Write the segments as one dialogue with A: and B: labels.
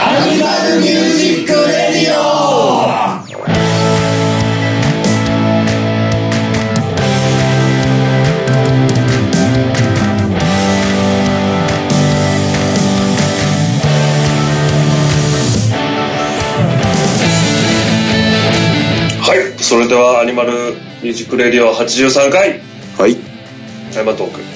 A: アニマルミュージックレディオ
B: はい、それではアニマルミュージックレディオ83回、
C: はい。
B: タイマートーク、よ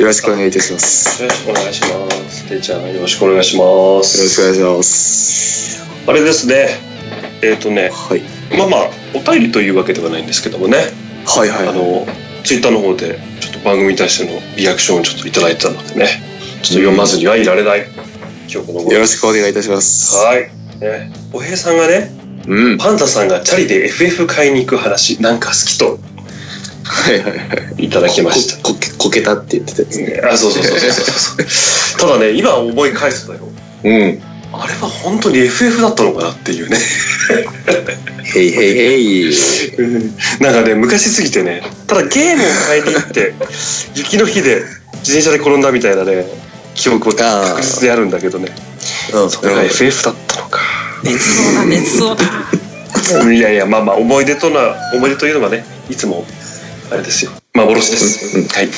C: よろしくお願いいたします。
B: ろしくお願いします。ていちゃん、よろしくお願いします。
C: よろしくお願いします。
B: あれですね、えっ、とね、
C: はい。
B: まあまあ、お便りというわけではないんですけどもね、
C: はいはい。
B: あの、ツイッターの方で、ちょっと番組に対してのリアクションをちょっといただいてたのでね、ちょっと読まずにはいられない、今日この
C: よ
B: 頃。
C: ろしくお願いいたします。
B: はい。ね、おへいさんがね、
C: うん。
B: パンタさんがチャリで FF 買いに行く話、なんか好きと
C: はいはいはい。
B: いただきました。
C: ここけ、こけたって言ってたやつね。
B: あ、そうそうそうそうそうそう。 ただね、今思い返すとよ。
C: うん。
B: あれは本当に FF だったのかなって いうね。
C: へいへいへい。
B: なんかね、昔すぎてね、ただゲームを買いに行って、雪の日で自転車で転んだみたいなね、記憶を
C: あー
B: 確実にあるんだけどね、
C: うん。
B: それが FF だったのか。
D: 熱そうだ熱そうだ
B: いやいや、まあまあ、思い出とな、思い出というのがね、いつも、あれですよ。幻です。
C: うん
B: はい。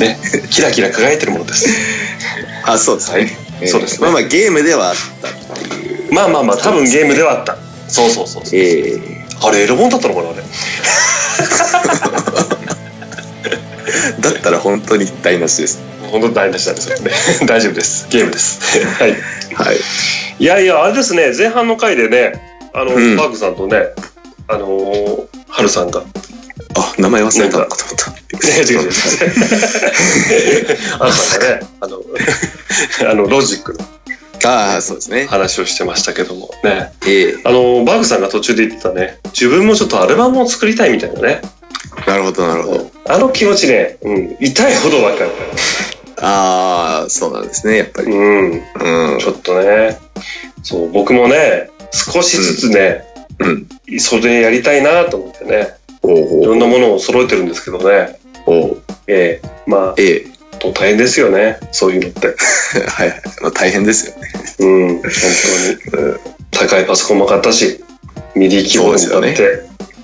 B: ね、キラキラ輝いてるものです。
C: あ、そうです
B: はい
C: ね。えー
B: そうですね
C: まあまあゲームではあっ
B: まあまあまあ、多分ゲームではあった。そうそうそう
C: た。ええ。
B: あれ、エロ本だったのかな、あれ。
C: だったら本当に台無しです。
B: 本当に大事なんですよね。 大丈夫です。ゲームです。 はい。
C: はい。
B: いやいや、あれですね、前半の回でね、あの、
C: うん
B: パークさんとね、あのー、ハルさんが。
C: あ、名前忘れたのかと思った。
B: 違う違う違う。ハルさんがね、あの、 あの、ロジックの
C: ああ、そうですね。
B: 話をしてましたけどもね。
C: ええ。
B: あの、バーグさんが途中で言ってたね、自分もちょっとアルバムを作りたいみたいなね。
C: なるほど、なるほど。
B: あの気持ちね、うん、痛いほどわかる。
C: ああ、そうなんですね、やっぱり。
B: うん。
C: うん。
B: ちょっとね、そう、僕もね、少しずつね、
C: うん。
B: それやりたいなと思ってね、
C: お
B: いうろんなものを揃えてるんですけどね、
C: おうおう
B: ええま
C: ええ。
B: あ、と大変ですよね、そういうのって。
C: はいはい。まあ大変ですよね。
B: うん、本当に。高いパソコンも買ったし、ミディキーボードも買っ
C: そ
B: て、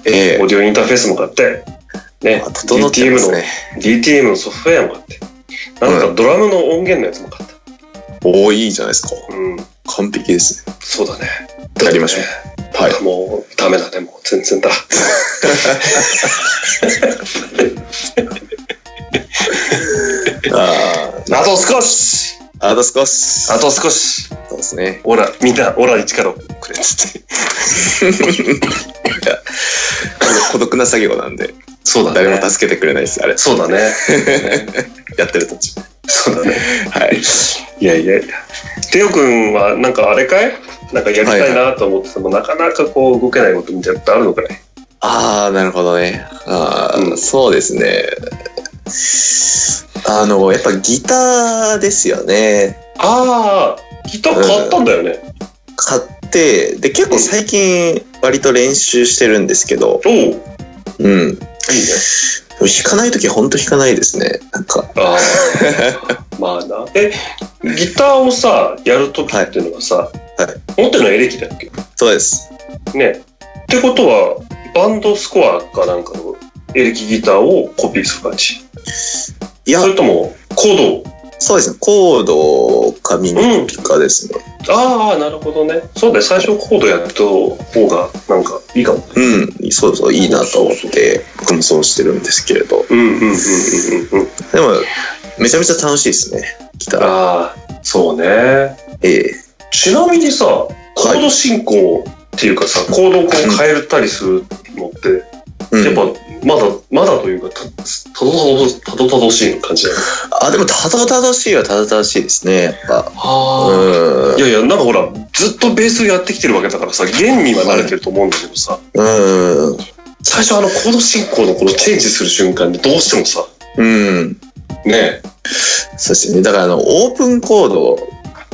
C: ええ
B: オーディオインターフェースも買って、ね、
C: あ整ってますね。
B: DTM の DTM のソフトウェアも買って、なん
C: う
B: かドラムの音源のやつも買った。
C: おお、いいじゃないですか。
B: うん、
C: 完璧ですね。
B: そうだね。
C: やりましょう
B: だ
C: は
B: っ
C: い
B: てね。もう、ダメだね、もう全然だ。
C: あ
B: あと少し
C: あ、あと少し。
B: あと少し、
C: そうですね。
B: オラ、みんな、オラに力をくれっつ って。
C: 孤独な作業なんで、
B: そうだ
C: 誰も助けてくれないです、あれ。
B: そうだね。
C: やってる途中。
B: そうだね。
C: はい。
B: いやいやいや。テオ君は、なんかあれかいなんかやりたいなと思ってても、なかなかこう動けないことみたいなことあるのかね。
C: ああ、なるほどね。ああ、
B: うん
C: そうですね。あの、やっぱギターですよね。
B: ああ、ギター買ったんだよね。
C: 買って、で、結構最近割と練習してるんですけど、
B: おういいね。
C: うん。でも弾かないときは本当弾かないですね。なんか、
B: あ あ。まあな。え、ギターをさ、やるときっていうのはさ、持ってるのはエレキだっけ
C: そうです。
B: ね。ってことは、バンドスコアかなんかのエレキギターをコピーする感じ。
C: いや
B: そ、れとも、コードを
C: そうですね。コードかミニピかですね。
B: ああ、なるほどね。そうだよ、最初コードやった方が、なんか、いいかもね。
C: うん、そうそう、いいなと思って、僕もそうしてるんですけれど。
B: うんうんうんうんうん。
C: でも、めちゃめちゃ楽しいですね。ギター。
B: ああ、そうね。
C: ええ
B: ちなみにさ、コード進行っていうかさ、コードをこう変えたりするのって、
C: うん
B: やっぱ、まだ、まだというか、たたどたど、たどたどしい感じだよね。
C: あ、でも、たどたどしいはたどたどしいですね。やっぱ。
B: あ
C: うん
B: い。やいや、なんかほら、ずっとベースやってきてるわけだからさ、弦には慣れてると思うんだけどさ、
C: うん。
B: 最初あのコード進行のこのチェンジする瞬間でどうしてもさ、
C: うん。
B: ね
C: そうですね。だから、あの、オープンコード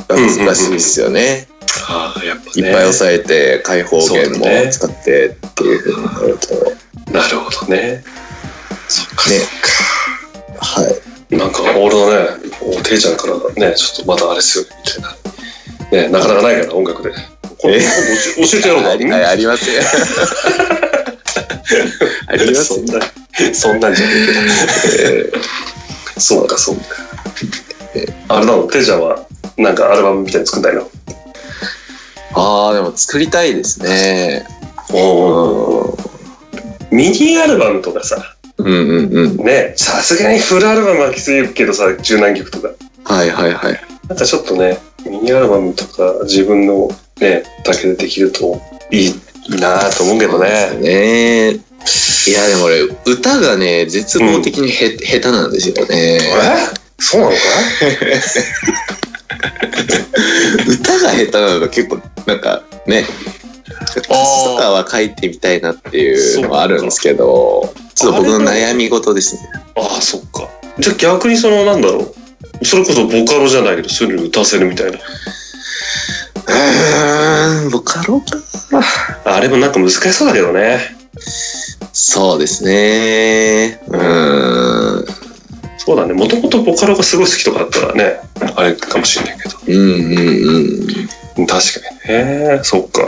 C: が難しいですよね。
B: ああ、やっぱ
C: いっぱい押さえて、開放弦も使ってっていうふうになると。
B: なるほどね。そっか。
C: ね
B: そっか
C: はい。
B: なんか、オールだね、おていちゃんからね、ちょっとまたあれっすよ、みたいな。ね、なかなかないから、音楽で。これ、
C: え
B: 教え教えてやろうか。
C: はい、はいあります よ。あります
B: そんな、そんなんじゃねえけど。そうか、そうか。あれなの、ていちゃんは、なんかアルバムみたいに作んないの
C: ああ、でも作りたいですね。
B: ミニアルバムとかさ、
C: うんうんうん。
B: ね、さすがにフルアルバムはきついけどさ、柔軟曲とか。
C: はいはいはい。
B: なんかちょっとね、ミニアルバムとか自分のね、だけでできるといいいいなと思うけどね。
C: ねえ。いや、でも俺、歌がね、絶望的にへ、下手なんですよね。
B: えそうなのか
C: 歌が下手なのが結構、なんかね、歌詞とかは書いてみたいなっていうのはあるんですけど、ちょっと僕の悩み事ですね。
B: ああ、そっか。じゃあ逆にその、なんだろう。それこそボカロじゃないけど、そういうのに歌わせるみたいな。
C: うーん、ボカロか。
B: あれもなんか難しそうだけどね。
C: そうですね。うーん。
B: そうだね。もともとボカロがすごい好きとかだったらね、あれかもしれないけど。
C: うんうんうん。
B: 確かにね。そっか。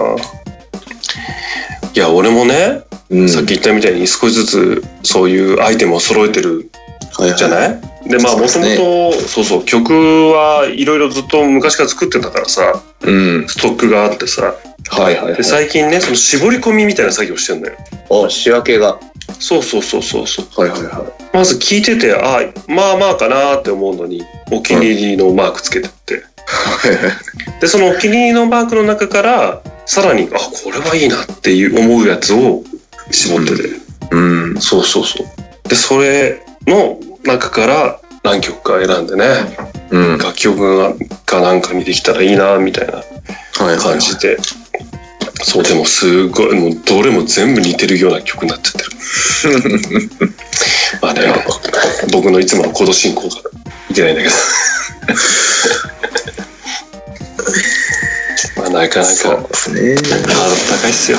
B: いや、俺もね、
C: うん、
B: さっき言ったみたいに少しずつそういうアイテムを揃えてる
C: はいはい
B: じゃない、でまあ
C: そ
B: も
C: うで
B: と
C: す
B: も
C: ね
B: とそうそう曲はいろいろずっと昔から作ってたからさ
C: うん。
B: ストックがあってさ
C: はいはい、はい
B: で。最近ねその絞り込みみたいな作業してんだよ
C: お、仕分けが。
B: そうそうそうそうそう
C: はいはいは
B: まず聞いててあまあまあかなって思うのにお気に入りのマークつけてって、
C: い。
B: でそのお気に入りのマークの中からさらにあこれはいいなっていう思うやつを絞ってて、
C: うん。
B: そうそうそうでそれの中から何曲か選んでね、
C: うん。
B: 楽曲がなんかにできたらいいなみたいな
C: はいはいは
B: 感
C: い。
B: じで、そうでもすごいもうどれも全部似てるような曲になっちゃってる まあね僕のいつものコード進行がいけないんだけど まあなかなか
C: そ
B: ハード
C: うですね。
B: 高いっすよ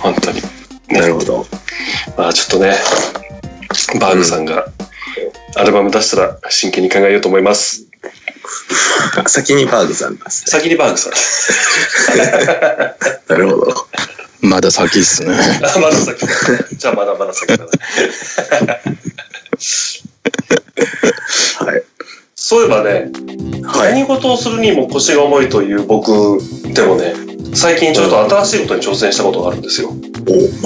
B: 本当に
C: なるほど。
B: まあちょっとねバーグさんがアルバム出したら真剣に考えようと思います、
C: 先にバーグさんです。
B: 先にバーグさん
C: なるほど。
E: まだ先っすね。
B: あまだ先だ。じゃあまだまだ先だね。
C: はい。
B: そういえばね、
C: はい。
B: 何事をするにも腰が重いという僕でもね、最近ちょっと新しいことに挑戦したことがあるんですよ。
C: お、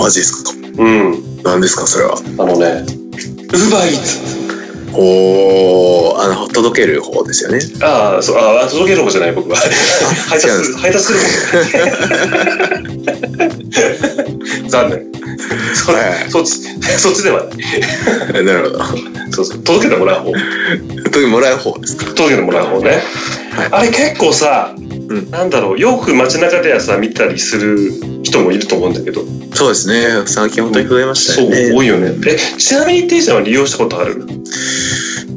C: マジですか。
B: うん。
C: 何ですか、それは。
B: あのね、ウバイツ。
C: おー、あの、届ける方ですよね。
B: ああ、そう、ああ、届ける方じゃない僕は。配達する、配達する方。残念。そ
C: は
B: そっち、そっちではない。
C: い。 なるほど。
B: そうそう届けてもらう方。
C: 届けもらう方ですか。
B: 届けてもらう方ね、あれ結構さ、
C: ん
B: なんだろうよく街中ではさ見たりする人もいると思うんだけど、
C: そうですね。最近本当に増えました
B: そう
C: よね。
B: 多いよねえちなみにテイちゃんは利用したことある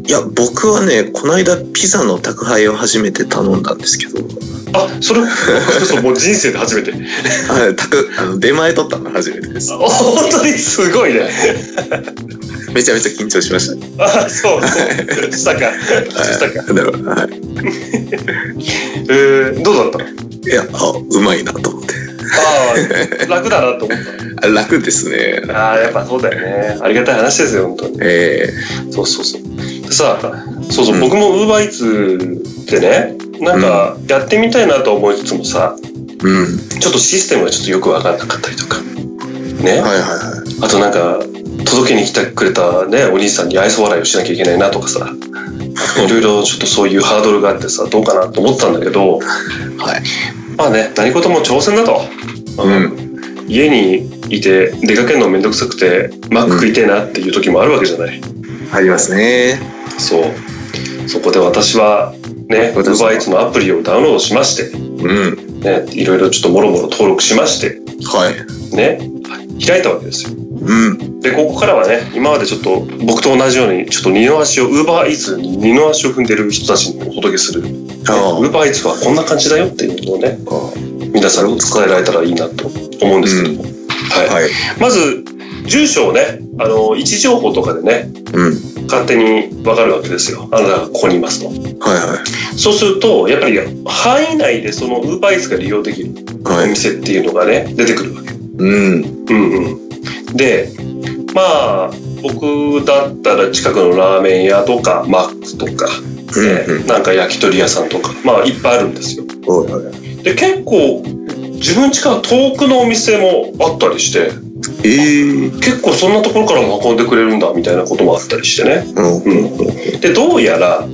C: いや、僕はね、この間ピザの宅配を初めて頼んだんですけど、
B: あそれそうもう人生で初め て
C: はい、宅、あの、出前取ったの初めてです
B: あ。本当にすごいね
C: めちゃめちゃ緊張しました。
B: あそうそうしたかしたか
C: はい。だからはい。
B: えー、どうだった
C: いや、あ、うまいなと思って。
B: あー楽だなと思っ
C: あ楽ですね。
B: たあーやっぱそうだよねありがたい話ですよ本当に
C: え
B: そうそうそう。でさ、そうそう、
C: うん
B: 僕も UberEats ってね、なんかやってみたいなとは思いつつもさ、
C: えうん。
B: ちょっとシステムがちょっとよくわからなかったりとか、ね、
C: はいはいは
B: あとなんか、届けに来てくれたね、お兄さんに愛想笑いをしなきゃいけないなとか さ、いろいろちょっとそういうハードルがあってさ、どうかなと思ったんだけど、
C: い。はい。
B: まあね、何事も挑戦だと。
C: うん
B: 家にいて出かけるのめんどくさくて、マック食いてえなっていう時もあるわけじゃない。
C: ありますね。
B: そう。そこで私は、ね、
C: 私は
B: UberEats のアプリをダウンロードしまして、
C: うん。
B: ね、いろいろちょっともろもろ登録しまして、
C: はい。
B: ね、開いたわけですよ。
C: うん。
B: で、ここからはね、今までちょっと僕と同じように、ちょっと二の足を、UberEats に二の足を踏んでる人たちにお届けする、ね、
C: あ
B: UberEats はこんな感じだよっていうのをね、皆さんに伝えられたらいいなと思うんですけど、はい
C: あ。はい。
B: まず、住所をね、あの、位置情報とかでね、
C: うん。
B: 勝手にわかるわけですよ。あなたがここにいますと。
C: は
B: そうすると、やっぱり範囲内でそのウーバーイーツが利用できる
C: いは
B: お
C: い。はい。
B: 店っていうのがね、出てくるわけ。
C: うん。
B: うんうん。で、まあ、僕だったら近くのラーメン屋とか、マックとか、ね
C: うんうん
B: なんか焼き鳥屋さんとか、まあいっぱいあるんですよ。
C: おいおい
B: で、結構、自分近く遠くのお店もあったりして、
C: ええー。
B: 結構そんなところからも運んでくれるんだみたいなこともあったりしてね。
C: うん。
B: うん、でどうやら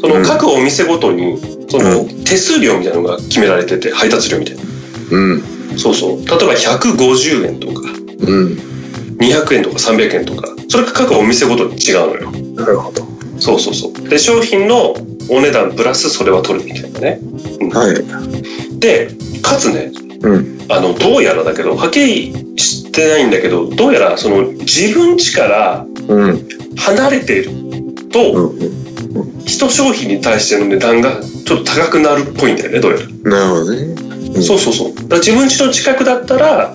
B: その各お店ごとにその
C: う
B: 手数料みたいなのが決められてて配達料みたいな
C: うん。
B: そうそう例えば150円とか
C: うん。
B: 200円とか300円とかそれが各お店ごとに違うのよ
C: なるほど。
B: そうそうそうで商品のお値段プラスそれは取るみたいなね
C: はい。
B: でかつね
C: うん。
B: あのどうやらだけどはっきり知ってないんだけどどうやらその自分家から
C: うん。
B: 離れていると
C: うん。
B: 一商品に対しての値段がちょっと高くなるっぽいんだよねどうやら。
C: なるほどね。うん
B: そうそうそう。だから自分家の近くだったら、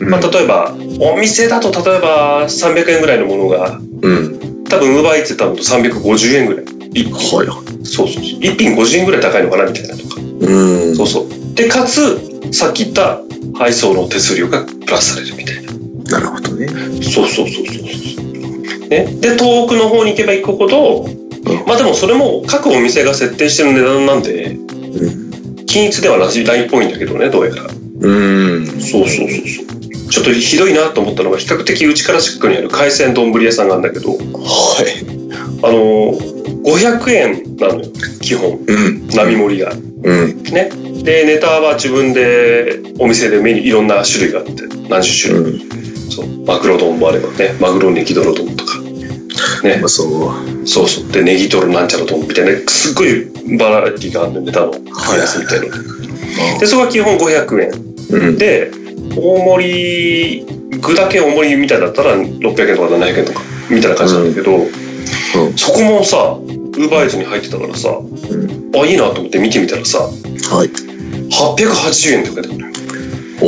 B: まあ、
C: た、
B: 例えば、お店だと例えば300円ぐらいのものが、
C: うん。
B: 多分、ウーバーイーツで頼むと350円ぐらい。一品。
C: はいは
B: そうそうそう。一品50円ぐらい高いのかなみたいなとか。
C: うん。
B: そうそう。で、かつ、さっき言った配送の手数料がプラスされるみたいな。
C: なるほどね。
B: そうそうそうそうそう。ね、で、遠くの方に行けば行くほど、まあでもそれも各お店が設定してる値段なんで、
C: うん。
B: 均一ではないっぽいんだけどね、どうやら。
C: うん。
B: そうそうそうそう。ちょっとひどいなと思ったのが、比較的うちから近くにある海鮮丼ぶり屋さんがあるんだけど、
C: はい。
B: あのー、500円なのよ、基本。
C: うん。
B: 並盛りが。
C: うん。
B: ね。で、ネタは自分で、お店でメニューいろんな種類があって、何十種類。
C: うん。
B: そう。マグロ丼もあればね、マグロネギドロ丼とか。ね
C: まあ、。そう。は
B: そうそう。で、ネギトロなんちゃら丼みたいな、すっごいバラエティがあるのよ、ネタの。
C: い
B: やつみたいな。で、そこは基本500円。
C: うん。
B: で大盛り具だけ大盛りみたいだったら600円とか700円とかみたいな感じなんだけど、
C: うん
B: そこもさウーバーイーツに入ってたからさ、あいいなと思って見てみたらさ
C: はい。
B: 880円とかで
C: お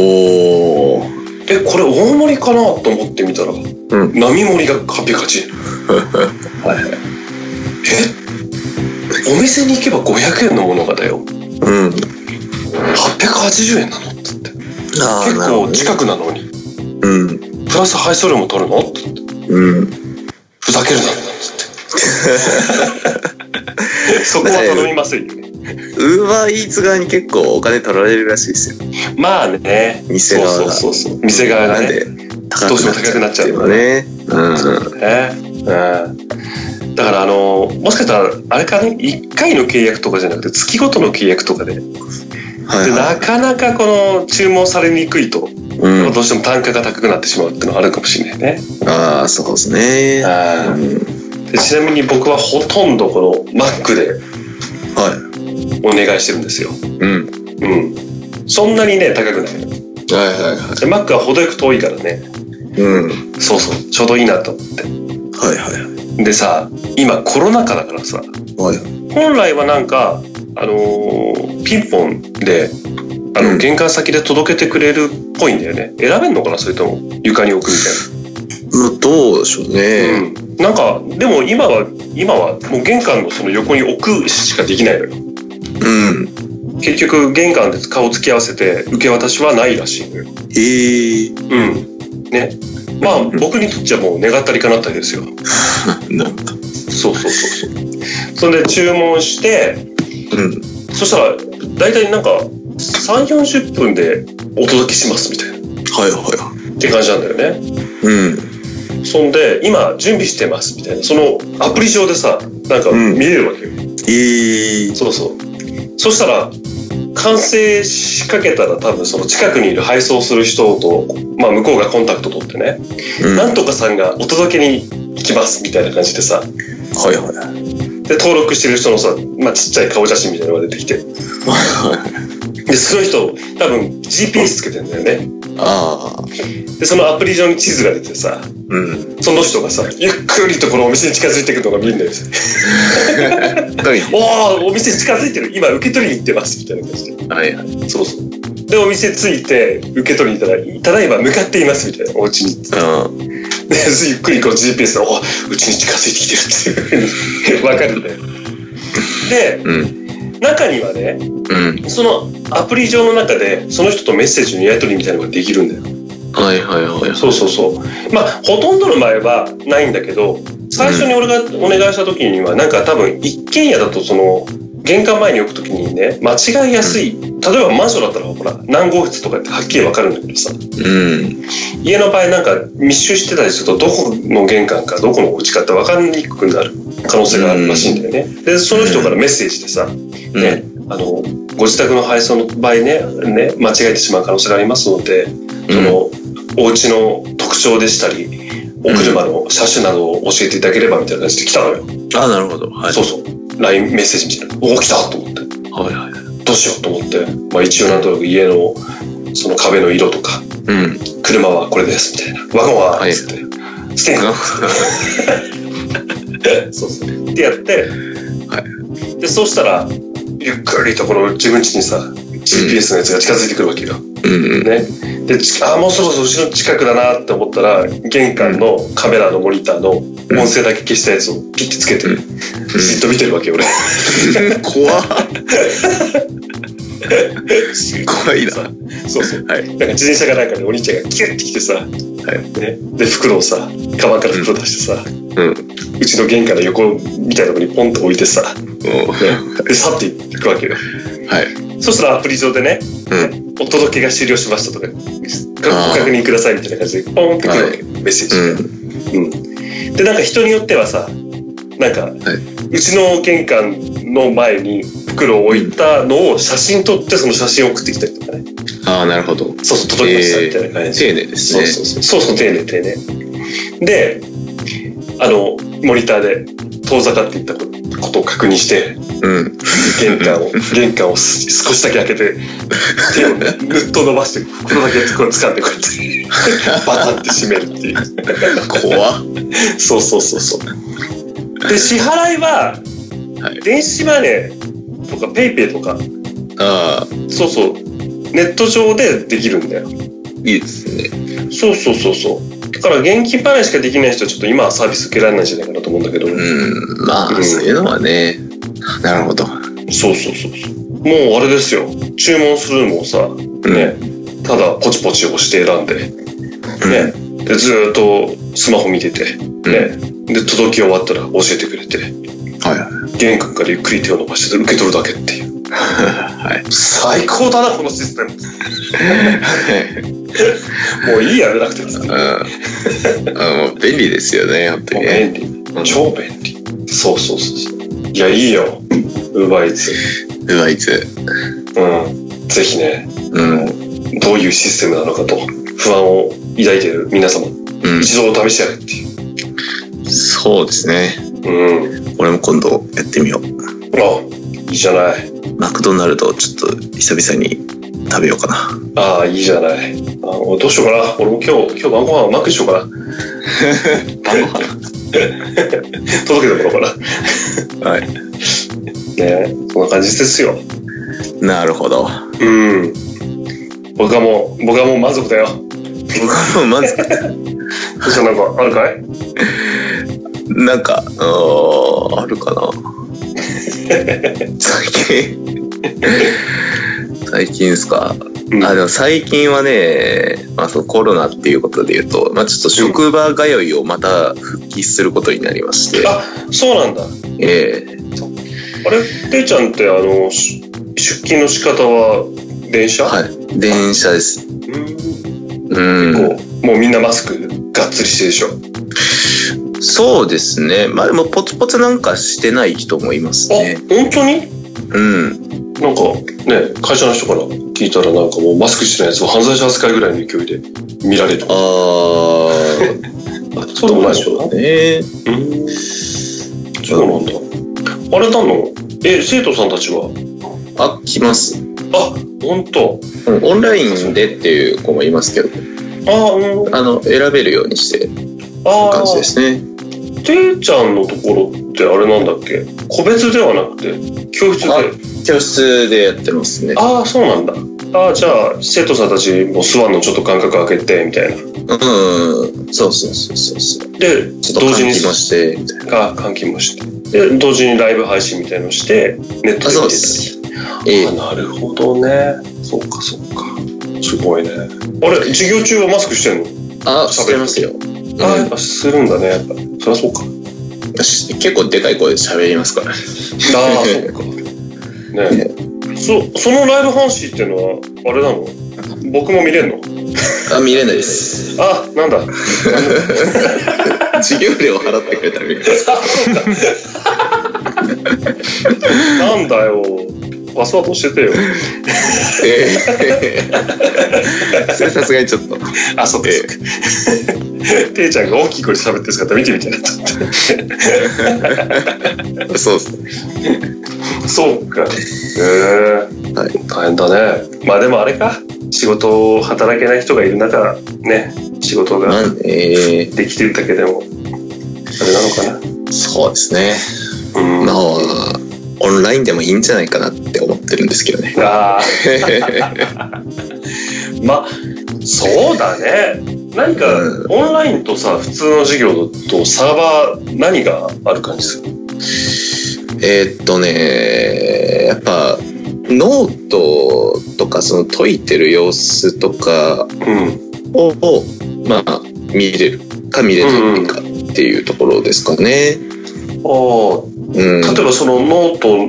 C: ー。
B: えこれ大盛りかなと思ってみたら、
C: ん
B: 並盛りが880円 えお店に行けば500円のものがだよ
C: うん。
B: 880円なのっつって
C: あー
B: 結
C: なるほ
B: 構
C: どね
B: 近くなのに
C: うん。
B: プラス配送料も取るのって
C: うん。
B: ふざけるなつ って。そこは頼みませんよね。
C: ウーバーイーツ側に結構お金取られるらしいですよ。
B: まあね。
C: 店側が
B: そうそうそうそう。店側が
C: なん
B: ね。
C: で、高くなっちゃう。っていうのはね。うん。
B: ねうんだからあのもしかしたらあれかね1回の契約とかじゃなくて月ごとの契約とかでで
C: はいは
B: なかなかこの注文されにくいと、
C: い。うん。
B: どうしても単価が高くなってしまうっていうのはあるかもしれないね、
C: ああ、そうですね。
B: あ
C: うん
B: ーでちなみに僕はほとんどこのマックで
C: は
B: お願いしてるんですよ
C: い。うん。
B: うんそんなにね高くない
C: はいはいは
B: でマックは程よく遠いからね
C: い。うん。はい
B: そうそうちょうどいいなと思っ
C: はいはい。
B: てでさ今コロナ禍だからさ
C: はい。
B: 本来はなんかあのーピンポンであの、
C: うん
B: 玄関先で届けてくれるっぽいんだよね選べんのかなそれとも床に置くみ
C: まあ、どうでしょう
B: たいな、
C: ね。
B: うん、なんかでも今は今はもう玄関のその横に置くしかできないのよ
C: うん。
B: 結局玄関で顔つき合わせて受け渡しはないらしいのよ
C: ええー。
B: うんねまあ僕にとっちゃもう願ったりかなったりですよ
C: なるほど。
B: そうそうそうそう。それで注文して、
C: うん。
B: そしたら、大体なんか、3、40分でお届けしますみたいな。
C: はいは
B: って感じなんだよね。
C: い。うん。
B: そんで、今、準備してますみたいな。その、アプリ上でさ、なんか
C: うん
B: 見れるわけよ。
C: ええー。
B: そうそう。そしたら、完成しかけたら多分その近くにいる配送する人と、まあ向こうがコンタクト取ってね、
C: うん。
B: なんとかさんがお届けに行きますみたいな感じでさ、
C: はいはい。はい
B: で、登録してる人のさ、まあちっちゃい顔写真みたいなのが出てき て、
C: はい。
B: で、その人、多分 GPS つけてんだよね。
C: ああ。
B: で、そのアプリ上に地図が出てさ、
C: うん。
B: その人がさ、ゆっくりとこのお店に近づいてくるのが見えんだよ。
C: はい
B: おー、お店近づいてる。今、受け取りに行ってます。みたいな感じで。
C: はいはい。
B: そうそう。で、お店着いて、受け取りに行ったら、ただいま向かっています。みたいな、お家に。
C: あ
B: でゆっくりこう GPS のおうちに近づいてきてるっていう わかるんだよで
C: うん。
B: 中にはね
C: うん。
B: そのアプリ上の中でその人とメッセージのやり取りみたいなのができるんだよ
C: はいはいはい。
B: そうそうそうまあほとんどの場合はないんだけど最初に俺がお願いした時にはなんか多分一軒家だとその玄関前に置く時にね間違いやすい例えばマンションだったらほら何号室とかってはっきり分かるんだけどさ
C: うん。
B: 家の場合なんか密集してたりするとどこの玄関かどこのお家かって分かりにくくなる可能性があるらしいんだよね、でその人からメッセージでさ、ねあのご自宅の配送の場合ねね間違えてしまう可能性がありますのでその、お家の特徴でしたりお車の車種などを教えていただければみたいな感じで来たのよ、
C: あ、なるほど。はい。
B: そうそう LINE メッセージみたいなお来たと思って
C: はいはい。
B: どうしようと思って、まあ、一応なんとなく家のその壁の色とか
C: うん。
B: 車はこれですみたいなワゴンは
C: はい
B: つって、ステンガそうそうってやって、でそうしたらゆっくりとこの自分家にさ GPS のやつが近づいてくるわけよ、
C: うん。
B: ねでちあーもうそろそろ後ろ近くだなって思ったら玄関のカメラのモニターの音声だけ消したやつをピッてつけて、じっと見てるわ けよ俺
C: 怖っ怖いな。
B: そうそう
C: はい。
B: なんか自転車かなんかでお兄ちゃんがキュッて来てさ、ね、で袋をさカバンから袋出してさ、
C: うん
B: うちの玄関の横みたいなとこにポンと置いてさ、
C: お
B: ね、で去っていくわけよ
C: はい。
B: そしたらアプリ上でね
C: うん。
B: 「お届けが終了しました」とか「
C: あー
B: ご確認ください」みたいな感じでポンってくるわけ、メッセージ、
C: うん。
B: うんでなんか人によってはさなんか、うちの玄関の前に袋を置いたのを写真撮ってその写真を送ってきたりとかね
C: ああ、なるほど。
B: そうそう届きましたみたいな感じで、
C: 丁寧です
B: そう
C: ね。
B: そうそうそうそう丁寧丁寧であのモニターで遠ざかっていったことを確認して
C: うん。
B: 玄関 を玄関をす少しだけ開けて手をぐっと伸ばして袋だけこう掴んでこうや ってバタンって閉めるっていう
C: 怖っ
B: そうそうそうそう。で、支払いは
C: はい、
B: 電子マネーとか、ペイペイとか、
C: ああ、
B: そうそう、ネット上でできるんだよ。
C: いいですね。
B: そうそうそうそう。だから、現金払いしかできない人は、ちょっと今はサービス受けられないんじゃないかなと思うんだけど、
C: うん。まあ、
B: うん
C: そういうのはね。なるほど。
B: そうそうそうそう。もうあれですよ、注文するのもさ、ね、ただポチポチ押して選んで、ね、でずーっとスマホ見てて、ね、で、届き終わったら教えてくれて、
C: はいはい。
B: 玄関からゆっくり手を伸ばして受け取るだけって いう。
C: はい
B: 最高だな、このシステム。もういいやめ なくてもさ。も
C: うん。あの便利ですよね、やっぱ
B: う
C: りね。
B: 便利。超便利。そうそうそうそう。いや、いいよ。ウーバーイーツ。
C: うわ、いつ。
B: うん。ぜひね、
C: うん。うん。
B: どういうシステムなのかと、不安を抱いている皆様、一度お試しあれっていう。
C: そうですね。
B: うん。
C: 俺も今度やってみよう。
B: あ、いいじゃない。
C: マクドナルドをちょっと久々に食べようかな。
B: ああ、いいじゃない。あのどうしようかな。俺も今日、今日晩ご飯うまくしようかな。 届けてもらおうか
C: はい。
B: な。ねそんな感じですよ。
C: なるほど。
B: うん。僕はもう、僕はもう満足だよ。
C: 僕はもうまず、
B: そしたらなんか、あるかい
C: なんか、あーあるかな。最近、最近ですか。
B: うん
C: あ、でも最近はね、まあ、そのコロナっていうことで言うと、まあ、ちょっと職場通いをまた復帰することになりまして、
B: あ、そうなんだ。
C: ええ
B: あれ、ていちゃんって、あの、し出勤の仕方は電車い。
C: はい、電車です。
B: うん
C: うん、
B: こう、もうみんなマスクがっつりしてるでしょ。
C: そうですね。まあでもポツポツなんかしてない人もいます
B: あ、
C: ね。
B: 本当に
C: うん。
B: なんか、ね、会社の人から聞いたらなんかもうマスクしてないやつを犯罪者扱いぐらいの勢いで見られる。
C: あー、
B: そう
C: どう
B: な
C: で
B: ん
C: し
B: だ
C: ょうね。
B: うんそうなんだ。あれなのえ、生徒さんたちは
C: あ、来ます。
B: あ、本当。
C: うんオンラインでっていう子もいますけど、
B: あ、うん。
C: あの、選べるようにしてる
B: あ
C: 感じですね。
B: ていちゃんのところってあれなんだっけ個別ではなくて教室で
C: 教室でやってますね。
B: ああそうなんだああ、じゃあ、生徒さんたちもスワンのちょっと間隔空けて、みたいな。
C: うん。そうそうそうそうそう。
B: で、
C: ちょっと
B: 同時
C: 換
B: に
C: 気もして、みたいな。
B: が換気もして。で、同時にライブ配信みたいのして、ネット
C: あ、
B: で
C: そう
B: 見
C: で
B: て
C: す。
B: たり。
C: ええ
B: あ、なるほどね。そうか、そうか。すごいね。あれ、授業中はマスクしてんの、
C: あ、喋りますよ。
B: あ、
C: う
B: や
C: ん
B: っぱするんだね、やっぱ。そりゃそう か。
C: し結構でかい声で喋りますから。
B: ああ、そうか。ねそ、そのライブ配信っていうのは、あれなの僕も見れんの
C: あ、見れないです。
B: あ、なんだ。
C: 授業料払ってくれたら見れます。
B: なんだよ。パスワードしててよ。
C: ええそれさすがにちょっと。
B: あ、 そうです。ていちゃんが大きい声で喋ってる姿見てみたいなと思っ
C: そうですね。
B: て。そうか。へえ。
C: はい
B: 大変だね。まあでもあれか。仕事を働けない人がいる中、ね、仕事
C: ま
B: が
C: あ、ええ
B: できてるだけでも、あれなのか
C: そうですね。
B: な。うん。
C: まあ、オンラインでもいいんじゃないかなって思ってるんですけどね。
B: あ ーまあ、そうだね。何か、
C: う
B: オンラインとさ、普通の授業とサーバー、何がある感じする
C: えーっとね、やっぱ、ノートとか、その解いてる様子とか
B: うん。
C: を、まあ、見れるか見れないかっていうところですかね。
B: ああ、
C: うん。
B: 例えばそのノート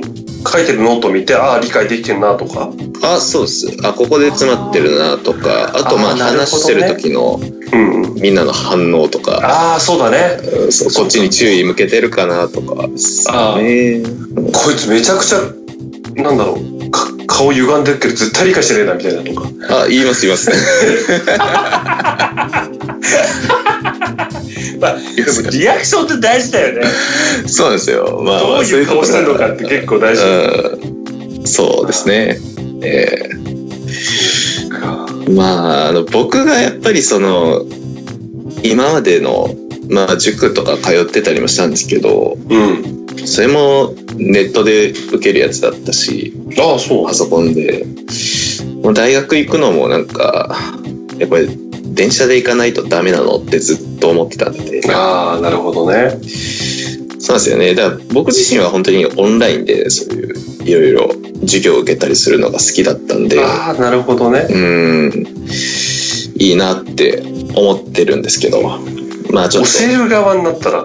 B: 書いてるノートを見てああ理解できてるなとか、
C: あ、そうです。あ、ここで詰まってるなとか、あと、まあ、
B: あーなるほどね
C: 話してる時の
B: うんうん、
C: みんなの反応とか、
B: ああそうだね
C: うんそうこっちに注意向けてるかなとかですね。
B: こいつめちゃくちゃなんだろうか顔歪んでるけど絶対理解してねえなみたいなとか
C: あ、言います、言います。
B: まあでもリアクションって大事だよね
C: そうなんですよ。まあ、
B: どういう顔してるのかって結構大事だよね
C: うんそうですね。えーまあ、あの、僕がやっぱりその、今までの、まあ、塾とか通ってたりもしたんですけど、
B: うん
C: それもネットで受けるやつだったし、
B: ああそう
C: パソコンで。もう大学行くのもなんか、やっぱり電車で行かないとダメなのってずっと思ってたんで。
B: ああなるほどね
C: そうなんですよね。だから僕自身は本当にオンラインでそういういろいろ授業を受けたりするのが好きだったんで、う
B: ああなるほどね
C: ーん、いいなって思ってるんですけど、まあち
B: 教
C: ょっと、
B: える側になったら
C: う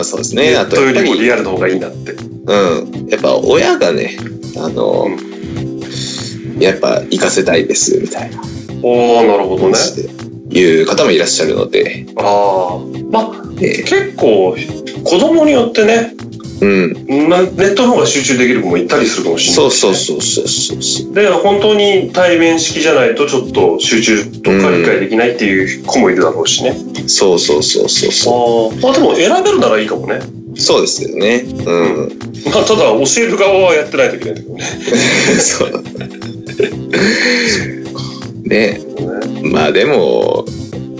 C: ん、そうですね。
B: ネ
C: あ
B: ッ
C: と
B: トよ
C: やっぱ
B: りも
C: り、
B: リアルの方がいいなって
C: うん、やっぱ親がね、あの、やっぱ行かせたいですみたいな
B: おおなるほどね
C: 話でいう方もいらっしゃるので、
B: ああまあ
C: え
B: 結構子供によってね
C: うん、
B: まネットの方が集中できる子もいたりするかもしれな
C: そ
B: いう
C: そうそうそうそうそう。
B: で本当に対面式じゃないとちょっと集中とか理解できないっていう子もいるだろうしね、
C: そうそうそうそうそ
B: まあでも選べるならいいかもね、
C: う。そうですよね。うん。
B: まあ、ただ教える側はやってないといけないんだけどね
C: そう。ね、まあでも、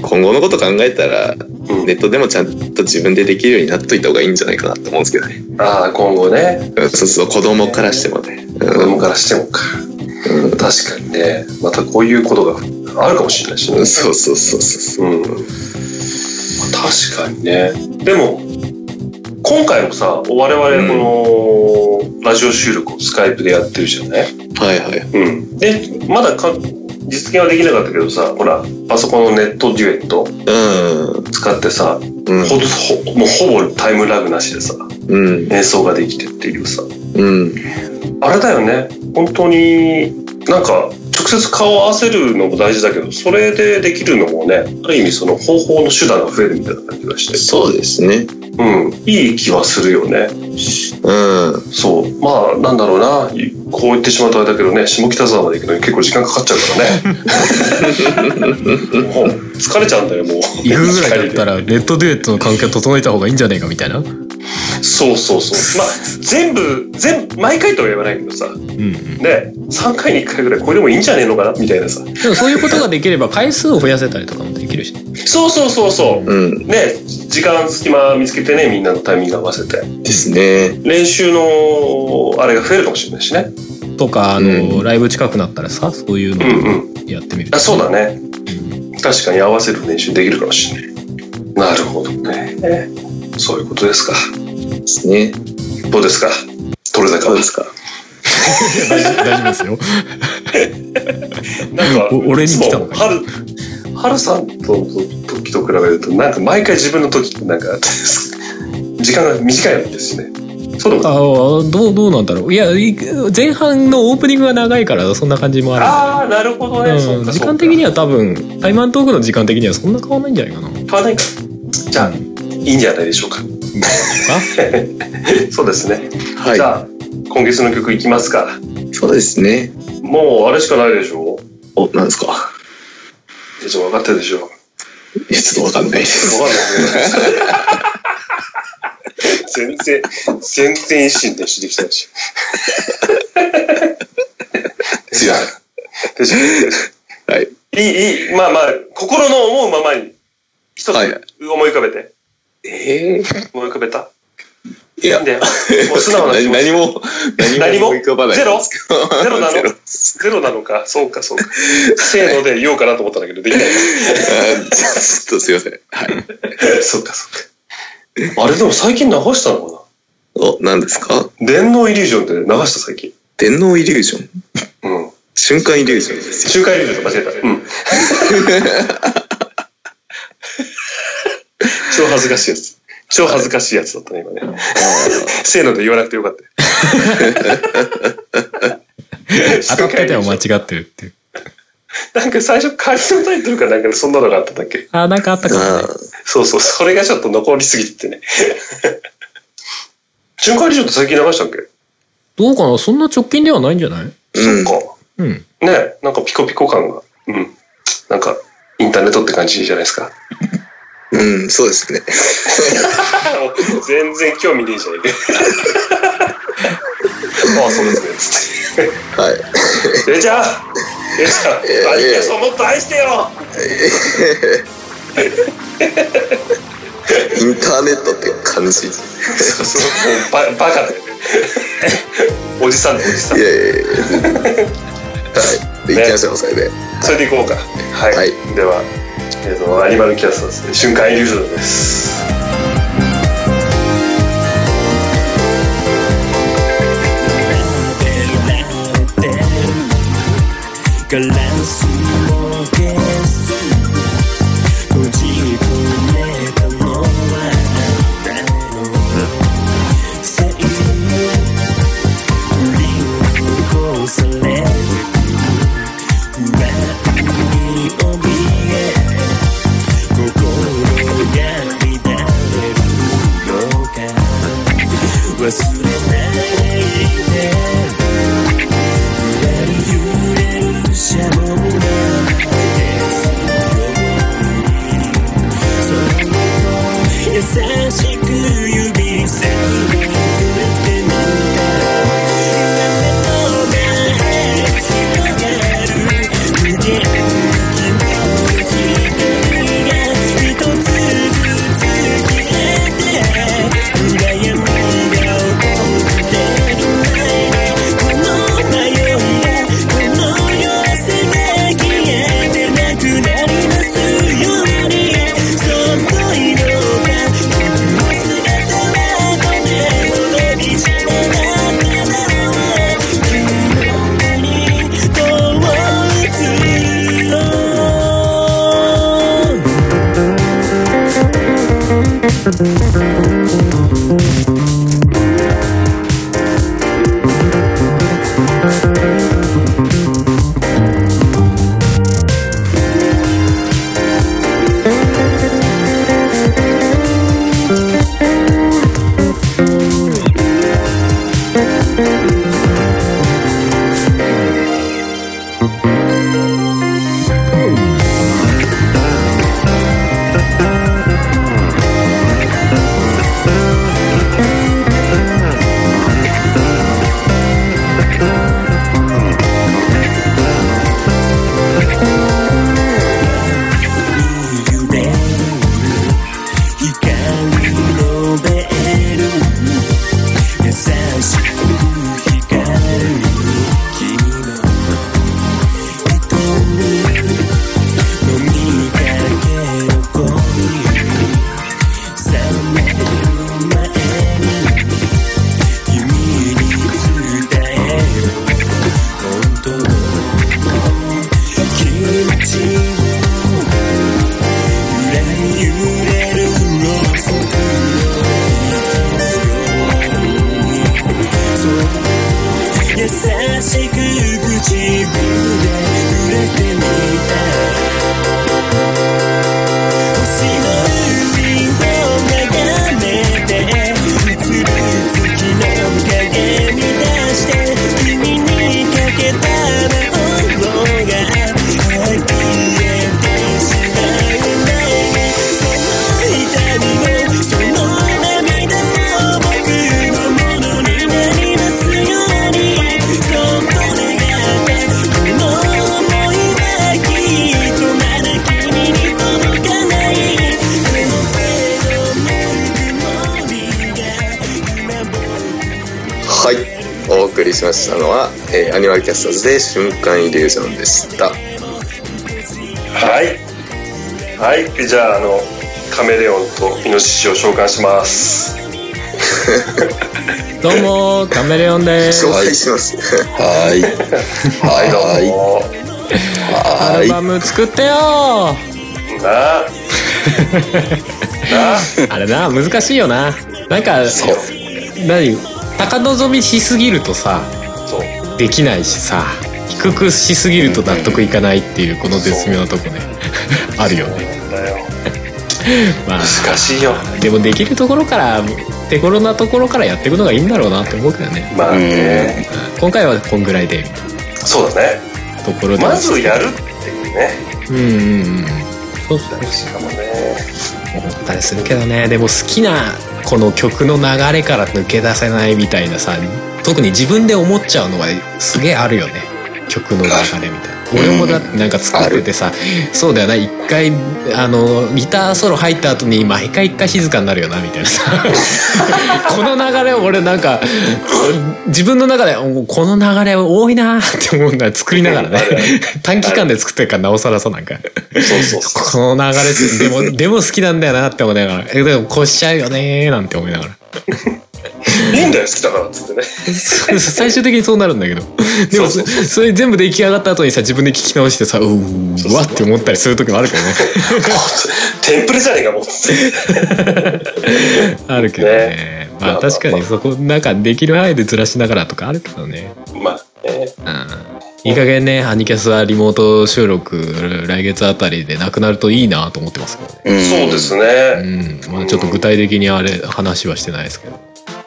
C: 今後のこと考えたら、
B: うん
C: ネットでもちゃんと自分でできるようになっといた方がいいんじゃないかなと思うんですけどね。
B: ああ今後ね
C: うんそうそう、子供からしてもね。
B: 子
C: う
B: 供からしてもか
C: ん
B: 確かにねまたこういうことがあるかもしれないしね
C: うん、そうそうそうそう。
B: うん、まあ確かにねでも今回もさ我々このラジオ収録をスカイプでやってるじゃない、
C: はいはい。
B: うん、でまだか実現はできなかったけどさほらパソコンのネットデュエット
C: う
B: 使ってさ、
C: ん。
B: ほほもうほぼタイムラグなしでさ
C: うん。
B: 演奏ができてっていうさ
C: うん。
B: あれだよね本当になんか直接顔を合わせるのも大事だけどそれでできるのもねある意味その方法の手段が増えるみたいな感じがして、
C: そうですね。
B: うん、いい気はするよね
C: うん。
B: そうまあなんだろうなこう言ってしまうとあれだけどね下北沢まで行くのに結構時間かかっちゃう からねもう疲れちゃうんだよもう
F: 夜ぐらいだったらネットデュエットの環境整えた方がいいんじゃねえかみたいなうん
B: そうそうそうまあ全部全部毎回とは言わないけどさね
F: うん
B: 3回に1回ぐらいこれでもいいんじゃねえのかなみたいなさ
F: でもそういうことができれば回数を増やせたりとかもできるしね
B: そうそうそうそう
C: うん。
B: ね時間隙間見つけてねみんなのタイミング合わせて
C: ですね。
B: 練習のあれが増えるかもしれないしね
C: う
F: とか、あの、
C: う
F: ライブ近くなったらさ、そういう
B: うん
F: の
B: うん。
F: やってみる。
B: あ、そうだね。確かに合わせる練習できるかもしれない。なるほどね。そういうことですか。
C: ですね。
B: どうですか取れ高
C: ど
B: は
C: うですか
F: 大丈夫 大丈夫ですよ。
B: なんか
F: お俺に来たのか
B: そう春春さんとの時と比べるとなんか毎回自分の時ってなんか時間が短いんですねそうでもない
F: あーどう、どうなんだろう。いや、い前半のオープニングが長いから、そんな感じもある。、
B: ああなるほどね、そううんか
F: 時
B: そうか
F: 間的には多分、タイマントークの時間的にはそんな変わんないんじゃないかな。
B: 変わらないか じゃあいいんじゃないでしょうかそうですね、
C: は
B: じ
C: い。
B: ゃあ今月の曲いきますか
C: そうですね。
B: もうあれしかないでしょ
C: お、なんですか
B: えちょっと分かってるでしょ分か
C: いや、ちょっとわかんない です。
B: んないね全然全然一心でしてきたし
C: 違う。
B: 手順
C: はい。
B: いい、いい、まあまあ、心の思うままに、一つ
C: はい
B: 思い浮かべて。
C: えー、
B: 思い浮かべた
C: い
B: い
C: や
B: いんだよ。もう素直な気
C: 何
B: 持ち何
C: 何も、何
B: も
C: も思い浮かばないんですけ ど。
B: ゼロなの
C: ゼロ
B: ゼロなのか、そうか、そうか。せーので言おうかなと思ったんだけど、できない。
C: あちょっとすいません。はい。
B: そうか、そうか。あれでも最近流したのか
C: お、何ですか
B: な電脳イリュージョンって流した最近。
C: 電脳イリュージョン
B: うん。
C: 瞬間イリュージョンですよ。
B: 中華イリュージョンと間違えた。 うん。超恥ずかしいやつ。超恥ずかしいやつだったね、今ね。せーので言わなくてよかった。
F: 当たってても間違ってるっていう。
B: なんか最初仮のタイトルかなんかでそんなのがあったんだっけ
F: あー、なんかあったかも
C: あ
F: ね。
C: ー
B: そうそう、それがちょっと残りすぎててね。 瞬間理事って最近流したっけ、
F: どうかなそんな直近ではないんじゃない
C: うん。
B: そっか。
F: うん。
B: ねなんかピコピコ感が。うん。なんか、インターネットって感じじゃないですか。
C: うん、そうですね。
B: 全然興味ねえじゃね えか。ああ、そうですね。つ
C: はい。
B: って。えじゃあ、えじゃあ、
C: え
B: 兄貴はそうもっと愛してよ
C: インターネットって感じ。
B: そうそう、もうババカ だよね。おじさんだ、おじさん
C: い。やいやいや。はい。で、行きましょう、それで。
B: それでいこうか。はい。
C: はい
B: では、えっ、と、アニマルキャストですね。瞬間イリュージョンです。
A: ガラスのケース閉じ込めたのはあなたのせい振り残される不安に怯え心が乱れるのか忘れないで揺れる揺れるシャボン玉ですよその後優しく指先が触れてみた夢のが広がる無限君の光が一つずつ消えて暗闇が訪れる前にこの迷いがこの夜せが消えてなくなるりますようにその色が僕の姿はどれほど惨めだっただろう君の目にどう映るの揺れる光のベール優しく光る
C: はいお送りしましたのは、えーアニマルキャスターズで瞬間イリュージョンでした
B: はいはいじゃああのカメレオンとイノシシを召喚します
F: どうもーカメレオンでーす
C: 紹介します、
E: はい。
B: はいど
E: は
B: う
E: い。
B: も
F: ア
E: は
F: ル
E: い。
F: バム作って よ
B: な あなあ
F: ーあれな難しいよななんか何高望みしすぎるとさ
B: そう
F: できないしさ低くしすぎると納得いかないっていうこの絶妙なとこねあるよね
B: だよ
F: まあ
B: 難しいよ
F: でもできるところから手頃なところからやっていくのがいいんだろうなって思うけどね
B: まあね
F: 今回はこんぐらいでみたい
B: そうだね
F: なところで
B: まずやるっていうね
F: うんうんうんそうそう
B: 大事かもね
F: 思ったりするけどねでも好きなこの曲の流れから抜け出せないみたいなさ特に自分で思っちゃうのはすげえあるよね曲の流れみたいな俺もだってなんか作っててさそうだよな一回あのギターソロ入った後に毎回一回静かになるよなみたいなさこの流れを俺なんか自分の中でおこの流れ多いなーって思うんだ作りながらね短期間で作ってるからなおさらさなんか
B: そうそうそ
F: この流れすでも、でも好きなんだよなって思いながら。え、でもこうしちゃうよねーなんて思いながら。
B: ういいんだよ好きだからっ つってね
F: そう最終的にそうなるんだけど。でも、そそれ全部出来上がった後にさ、自分で聞き直してさ、うーわって思ったりする時もあるけどね。
B: テンプレじゃねえかもう
F: あるけどね
B: ね。
F: まあ確かにそこ、なんかできる範囲でずらしながらとかあるけどね。
B: まあね
F: うん。いい加減ね、ハニキャスはリモート収録、来月あたりでなくなるといいなと思ってますけどね。
E: うん
B: そうで。すね
F: うん。まあちょっと具体的にあれ、話はしてないですけど。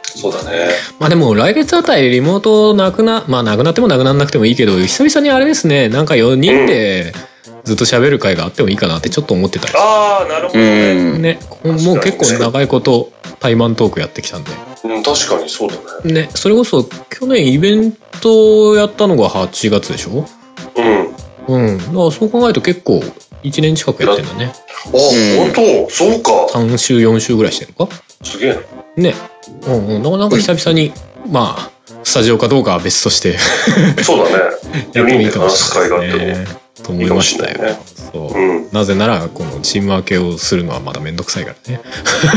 B: そうだね
F: まあでも来月あたりリモートなくな、まあなくなってもなくならなくてもいいけど、久々にあれですね、なんか4人でずっと喋る会があってもいいかなってちょっと思ってたりし
B: ああなるほど
E: う
B: ね
E: ん。
F: ね、もう結構長いこと対マントークやってきたんで。
B: うん確かにそうだね
F: ね、それこそ去年イベントやったのが8月でしょ
B: うん
F: うん。だからそう考えると結構1年近くやってんだね。
B: あ、本当そうか
F: 3週4週ぐらいしてるのか
B: すげえな
F: ね。うんうん。だからなんか久々に、まあ、スタジオかどうかは別として。
B: そう だね
F: やって
B: 4人
F: もい
B: で
F: いかも
B: 話
F: し
B: す
F: れ
B: 会があ
F: な
B: っても
F: いですね。と思いましたよ。
B: いいか
F: そうう。
B: ん
F: なぜなら、このチーム分けをするのはまだめんどくさいからね。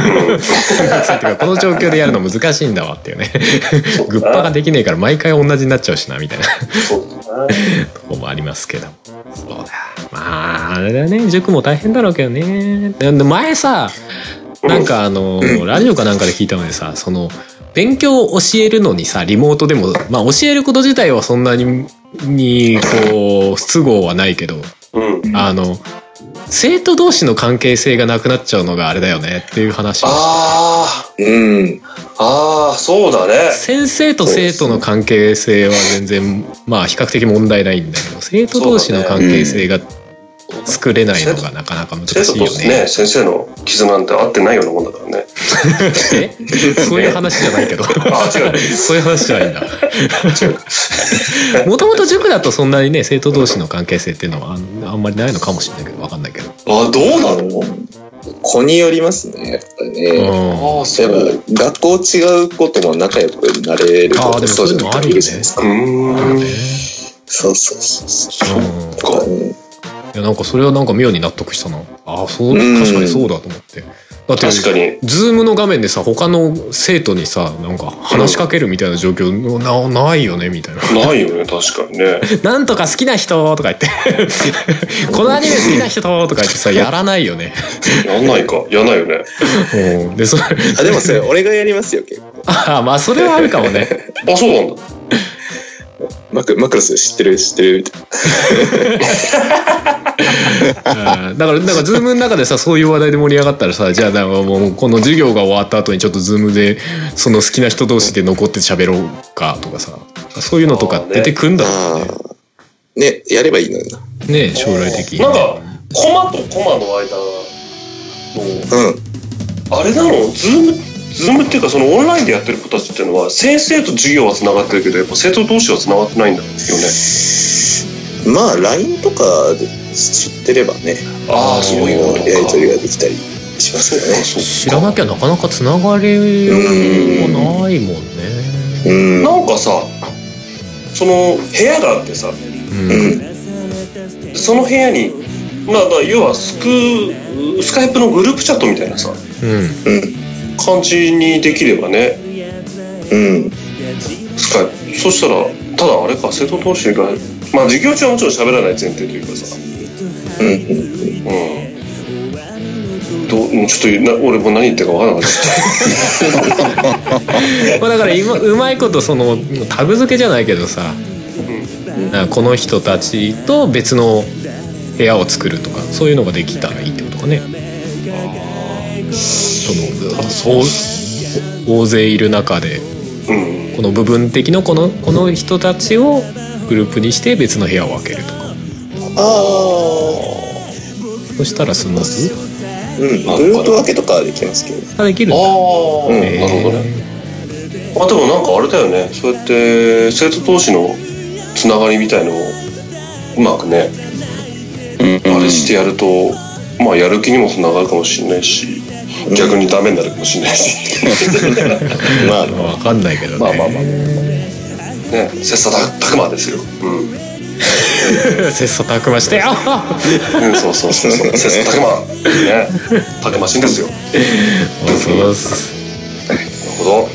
F: めんどくさいっていうか、この状況でやるの難しいんだわっていうね。 グッパができねえから毎回同じになっちゃうしな、みたいな
B: そうだね
F: とこもありますけども。そうだ。まあ、あれだね。塾も大変だろうけどね。で前さ、なんかあの、ラジオかなんかで聞いたのでさ、その、勉強を教えるのにさ、リモートでも、まあ教えること自体はそんなに、に、こう、不都合はないけど、
B: うん
F: あの、生徒同士の関係性がなくなっちゃうのがあれだよねっていう話をして
B: あ
C: うん
B: あああそうだね
F: 先生と生徒の関係性は全然、まあ比較的問題ないんだけど、生徒同士の関係性が作れないのがなかなか難し
B: 生徒
F: い
B: と
F: よね。
B: ね先生の傷なんて合ってないようなもんだからね
F: えそういう話じゃないけど。
B: あ違う
F: そういう話じゃないんだ。もともと塾だとそんなにね、生徒同士の関係性っていうのはあんあんまりないのかもしれないけど、わかんないけど。
C: あどうなの子によりますねやっぱりね、
F: うん。
B: ああ
C: やっぱ学校違うことも仲良くなれる
F: あ
C: こ
F: ーで
C: と
F: もそういうのもあるよね
C: そうじゃないじゃないですか
B: うーん
C: そうそうそうそう
F: うん
C: こう
F: いやなんかそれはなんか妙に納得したなああそう
C: うん
F: 確かにそうだと思ってだって
B: 確かに
F: ズームの画面でさ他の生徒にさなんか話しかけるみたいな状況、なないよねみたいな
B: ないよね確かにね
F: なんとか好きな人とか言って このアニメ好きな人とか言ってさやらないよね
B: やんないかやんないよね
F: うんでそれ
C: あでもそれ俺がやりますよ結構
F: ああまあそれはあるかもね
B: あそうなんだ
C: マクマクロス知ってる知ってるみたいな
F: うんだからなんかズームの中でさそういう話題で盛り上がったらさじゃあなんかもうこの授業が終わった後にちょっとズームでその好きな人同士で残って喋ろうかとかさそういうのとか出てくんだろうね
C: ああねやればいいのにな
F: ね将来的に
B: なんかコマとコマの間
C: う
B: のあれなのズームズームっていうかそのオンラインでやってる子たちっていうのは先生と授業はつながってるけどやっぱ生徒同士はつながってないんだよね
C: んまあ LINE とかで知ってればね
B: ああそう
C: い
B: いう
C: ろ
B: こ
C: い
B: とか
C: ろやり取りができたりしますよね
B: そう
F: 知らなきゃなかなかつながりはないもんね
C: うん
B: なんかさその部屋があってさ
C: うん
B: その部屋にまあまあ要はスクスカイプのグループチャットみたいなさ
F: うん
C: うん
B: 感じにできればね
C: うん
B: スカイプそしたらただあれか生徒同士がまあ授業中はもちろん喋らない前提というかさ
C: うん
B: うんどうちょっとな俺も何言ってるか分からなかっ
F: まあだ から今うまいことそのタグ付けじゃないけどさ、なんかこの人たちと別の部屋を作るとかそういうのができたらいいってことかねその大大勢いる中で
B: た、 うん、
F: この部分的のこのこの人たちをグループにして別の部屋を分けるとか
C: あ
F: そしたらスムーズ
C: あうんグループ分けとかはできますけど
F: ができるん
B: あ
F: だ
B: あ、
C: うん
B: なるほどね
F: ね
B: あでもなんかあれだよねそうやって生徒同士のつながりみたいのをうまくねあれしてやると、まあやる気にもつながるかもしれないし
C: うん
B: 逆にダメになるかもしれない し、
C: まあ
F: 分かんないけどね
B: まあまあまあね切磋琢磨ですようん、
F: 切磋琢磨してああ
B: うん、そうそうそうそう切磋琢磨ねたくましいんですよな
F: そうです
B: るほど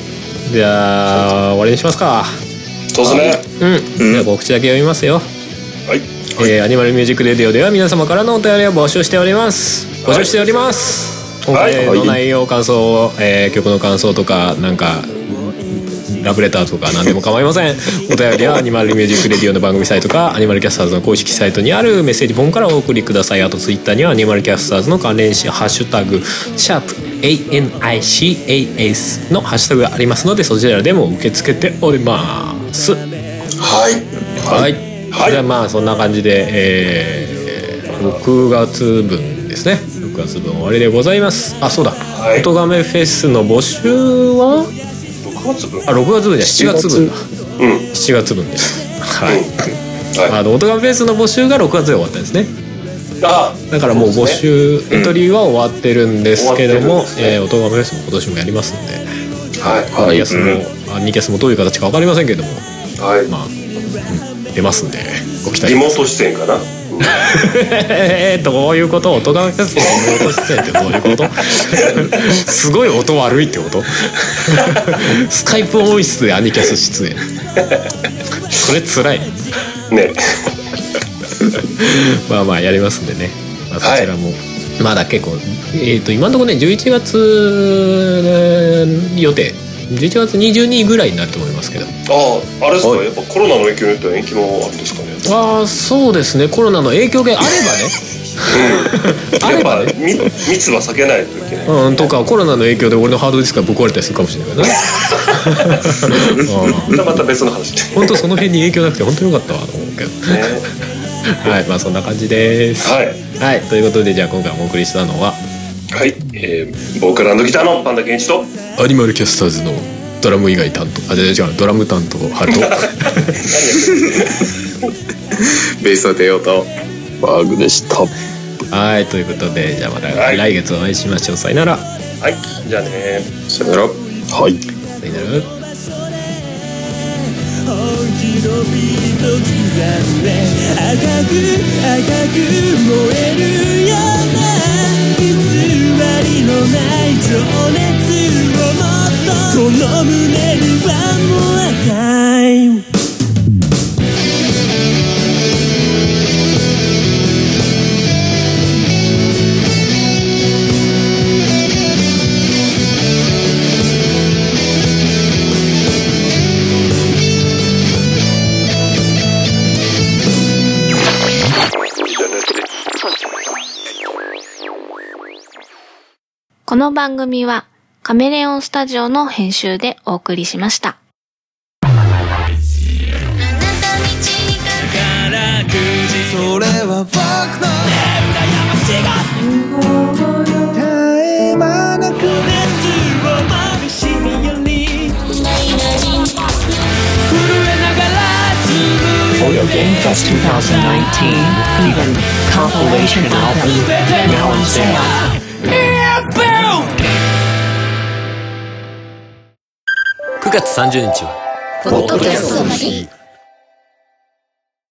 F: じゃあ終わりにしますか
B: 一つ目
F: うん、じゃあ告知だけ読みますよ
B: はい
F: えーアニマルミュージックレディオでは皆様からのお便りを募集しております募集しております、
B: はい
F: 今回の内容感想、えー曲の感想とかなんかラブレターとか何でも構いません お便りはアニマルミュージックレディオの番組サイトかアニマルキャスターズの公式サイトにあるメッセージ本からお送りくださいあとツイッターにはアニマルキャスターズの関連詞ハッシュタグシャープ ANICAS のハッシュタグがありますのでそちらでも受け付けておりますはい、じゃあまあそんな感じで、えー、6月分ですね6月分終わりでございますあそうだ
B: はい
F: 「音亀フェス」の募集は
B: 6月分
F: あ6月分じゃ7月分だ
B: うん
F: 7月分ですはい、
B: は
F: あ
B: い
F: の音亀フェスの募集が6月で終わったんですね
B: あ
F: だからもう募集、エントリーは終わってるんですけども
B: 終わってるんですね
F: えー音亀、フェスも今年もやりますんで、
B: は
F: アニキャスも、アニキャスもどういう形か分かりませんけども
B: いはい
F: まあ、うん出ますんでご期待
B: リモート出演かな
F: えーどういうこと音がフェスのリモート出演ってどういうことすごい音悪いってことスカイプ音質でアニキャス出演それつらい
B: ね
F: まあまあやりますんでね、まあ、そちらも、まだ結構えっ、と今のところね11月予定11月22日ぐらいになると思いますけど
B: あああれですかやっぱコロナの影響によっては延期もあるんですかね
F: ああそうですねコロナの影響があればね あ
B: やっ
F: れば
B: ぱ
F: ね
B: 密密は避けないといけない
F: うん、とかコロナの影響で俺のハードディスクがぶっ壊れたりするかもしれない からね、うん
B: またまた別の話で
F: 本当その辺に影響なくて本当によかったわと思うけど
B: ね
F: はいまあそんな感じです
B: はい
F: はい、ということでじゃあ今回お送りしたのは
B: はい、えー、ボーカルギターのパンダケンイチと
F: アニマルキャスターズのドラム以外担当あ違う違うドラム担当ハルト
C: ベースの出ようと
E: バグでした。
F: はいということでじゃあまた
B: はい
F: 来月お会いしましょうさよなら
B: はいじゃあね
C: さよなら
E: はい。
F: さよなら
A: 本気のビート刻んで赤く赤く燃えるような偽りのない情熱をもっとこの胸にはもう time
G: この番組はカメレオンスタジオの編集でお送りしました。
A: それは僕の羨ましが絶え間なく熱をまぶしみより震えながら紡いで
H: Photo Game Fest 2019, even compilation album, now on sale.
A: Yeah, boom!
I: 9月30日はポッドキャストの日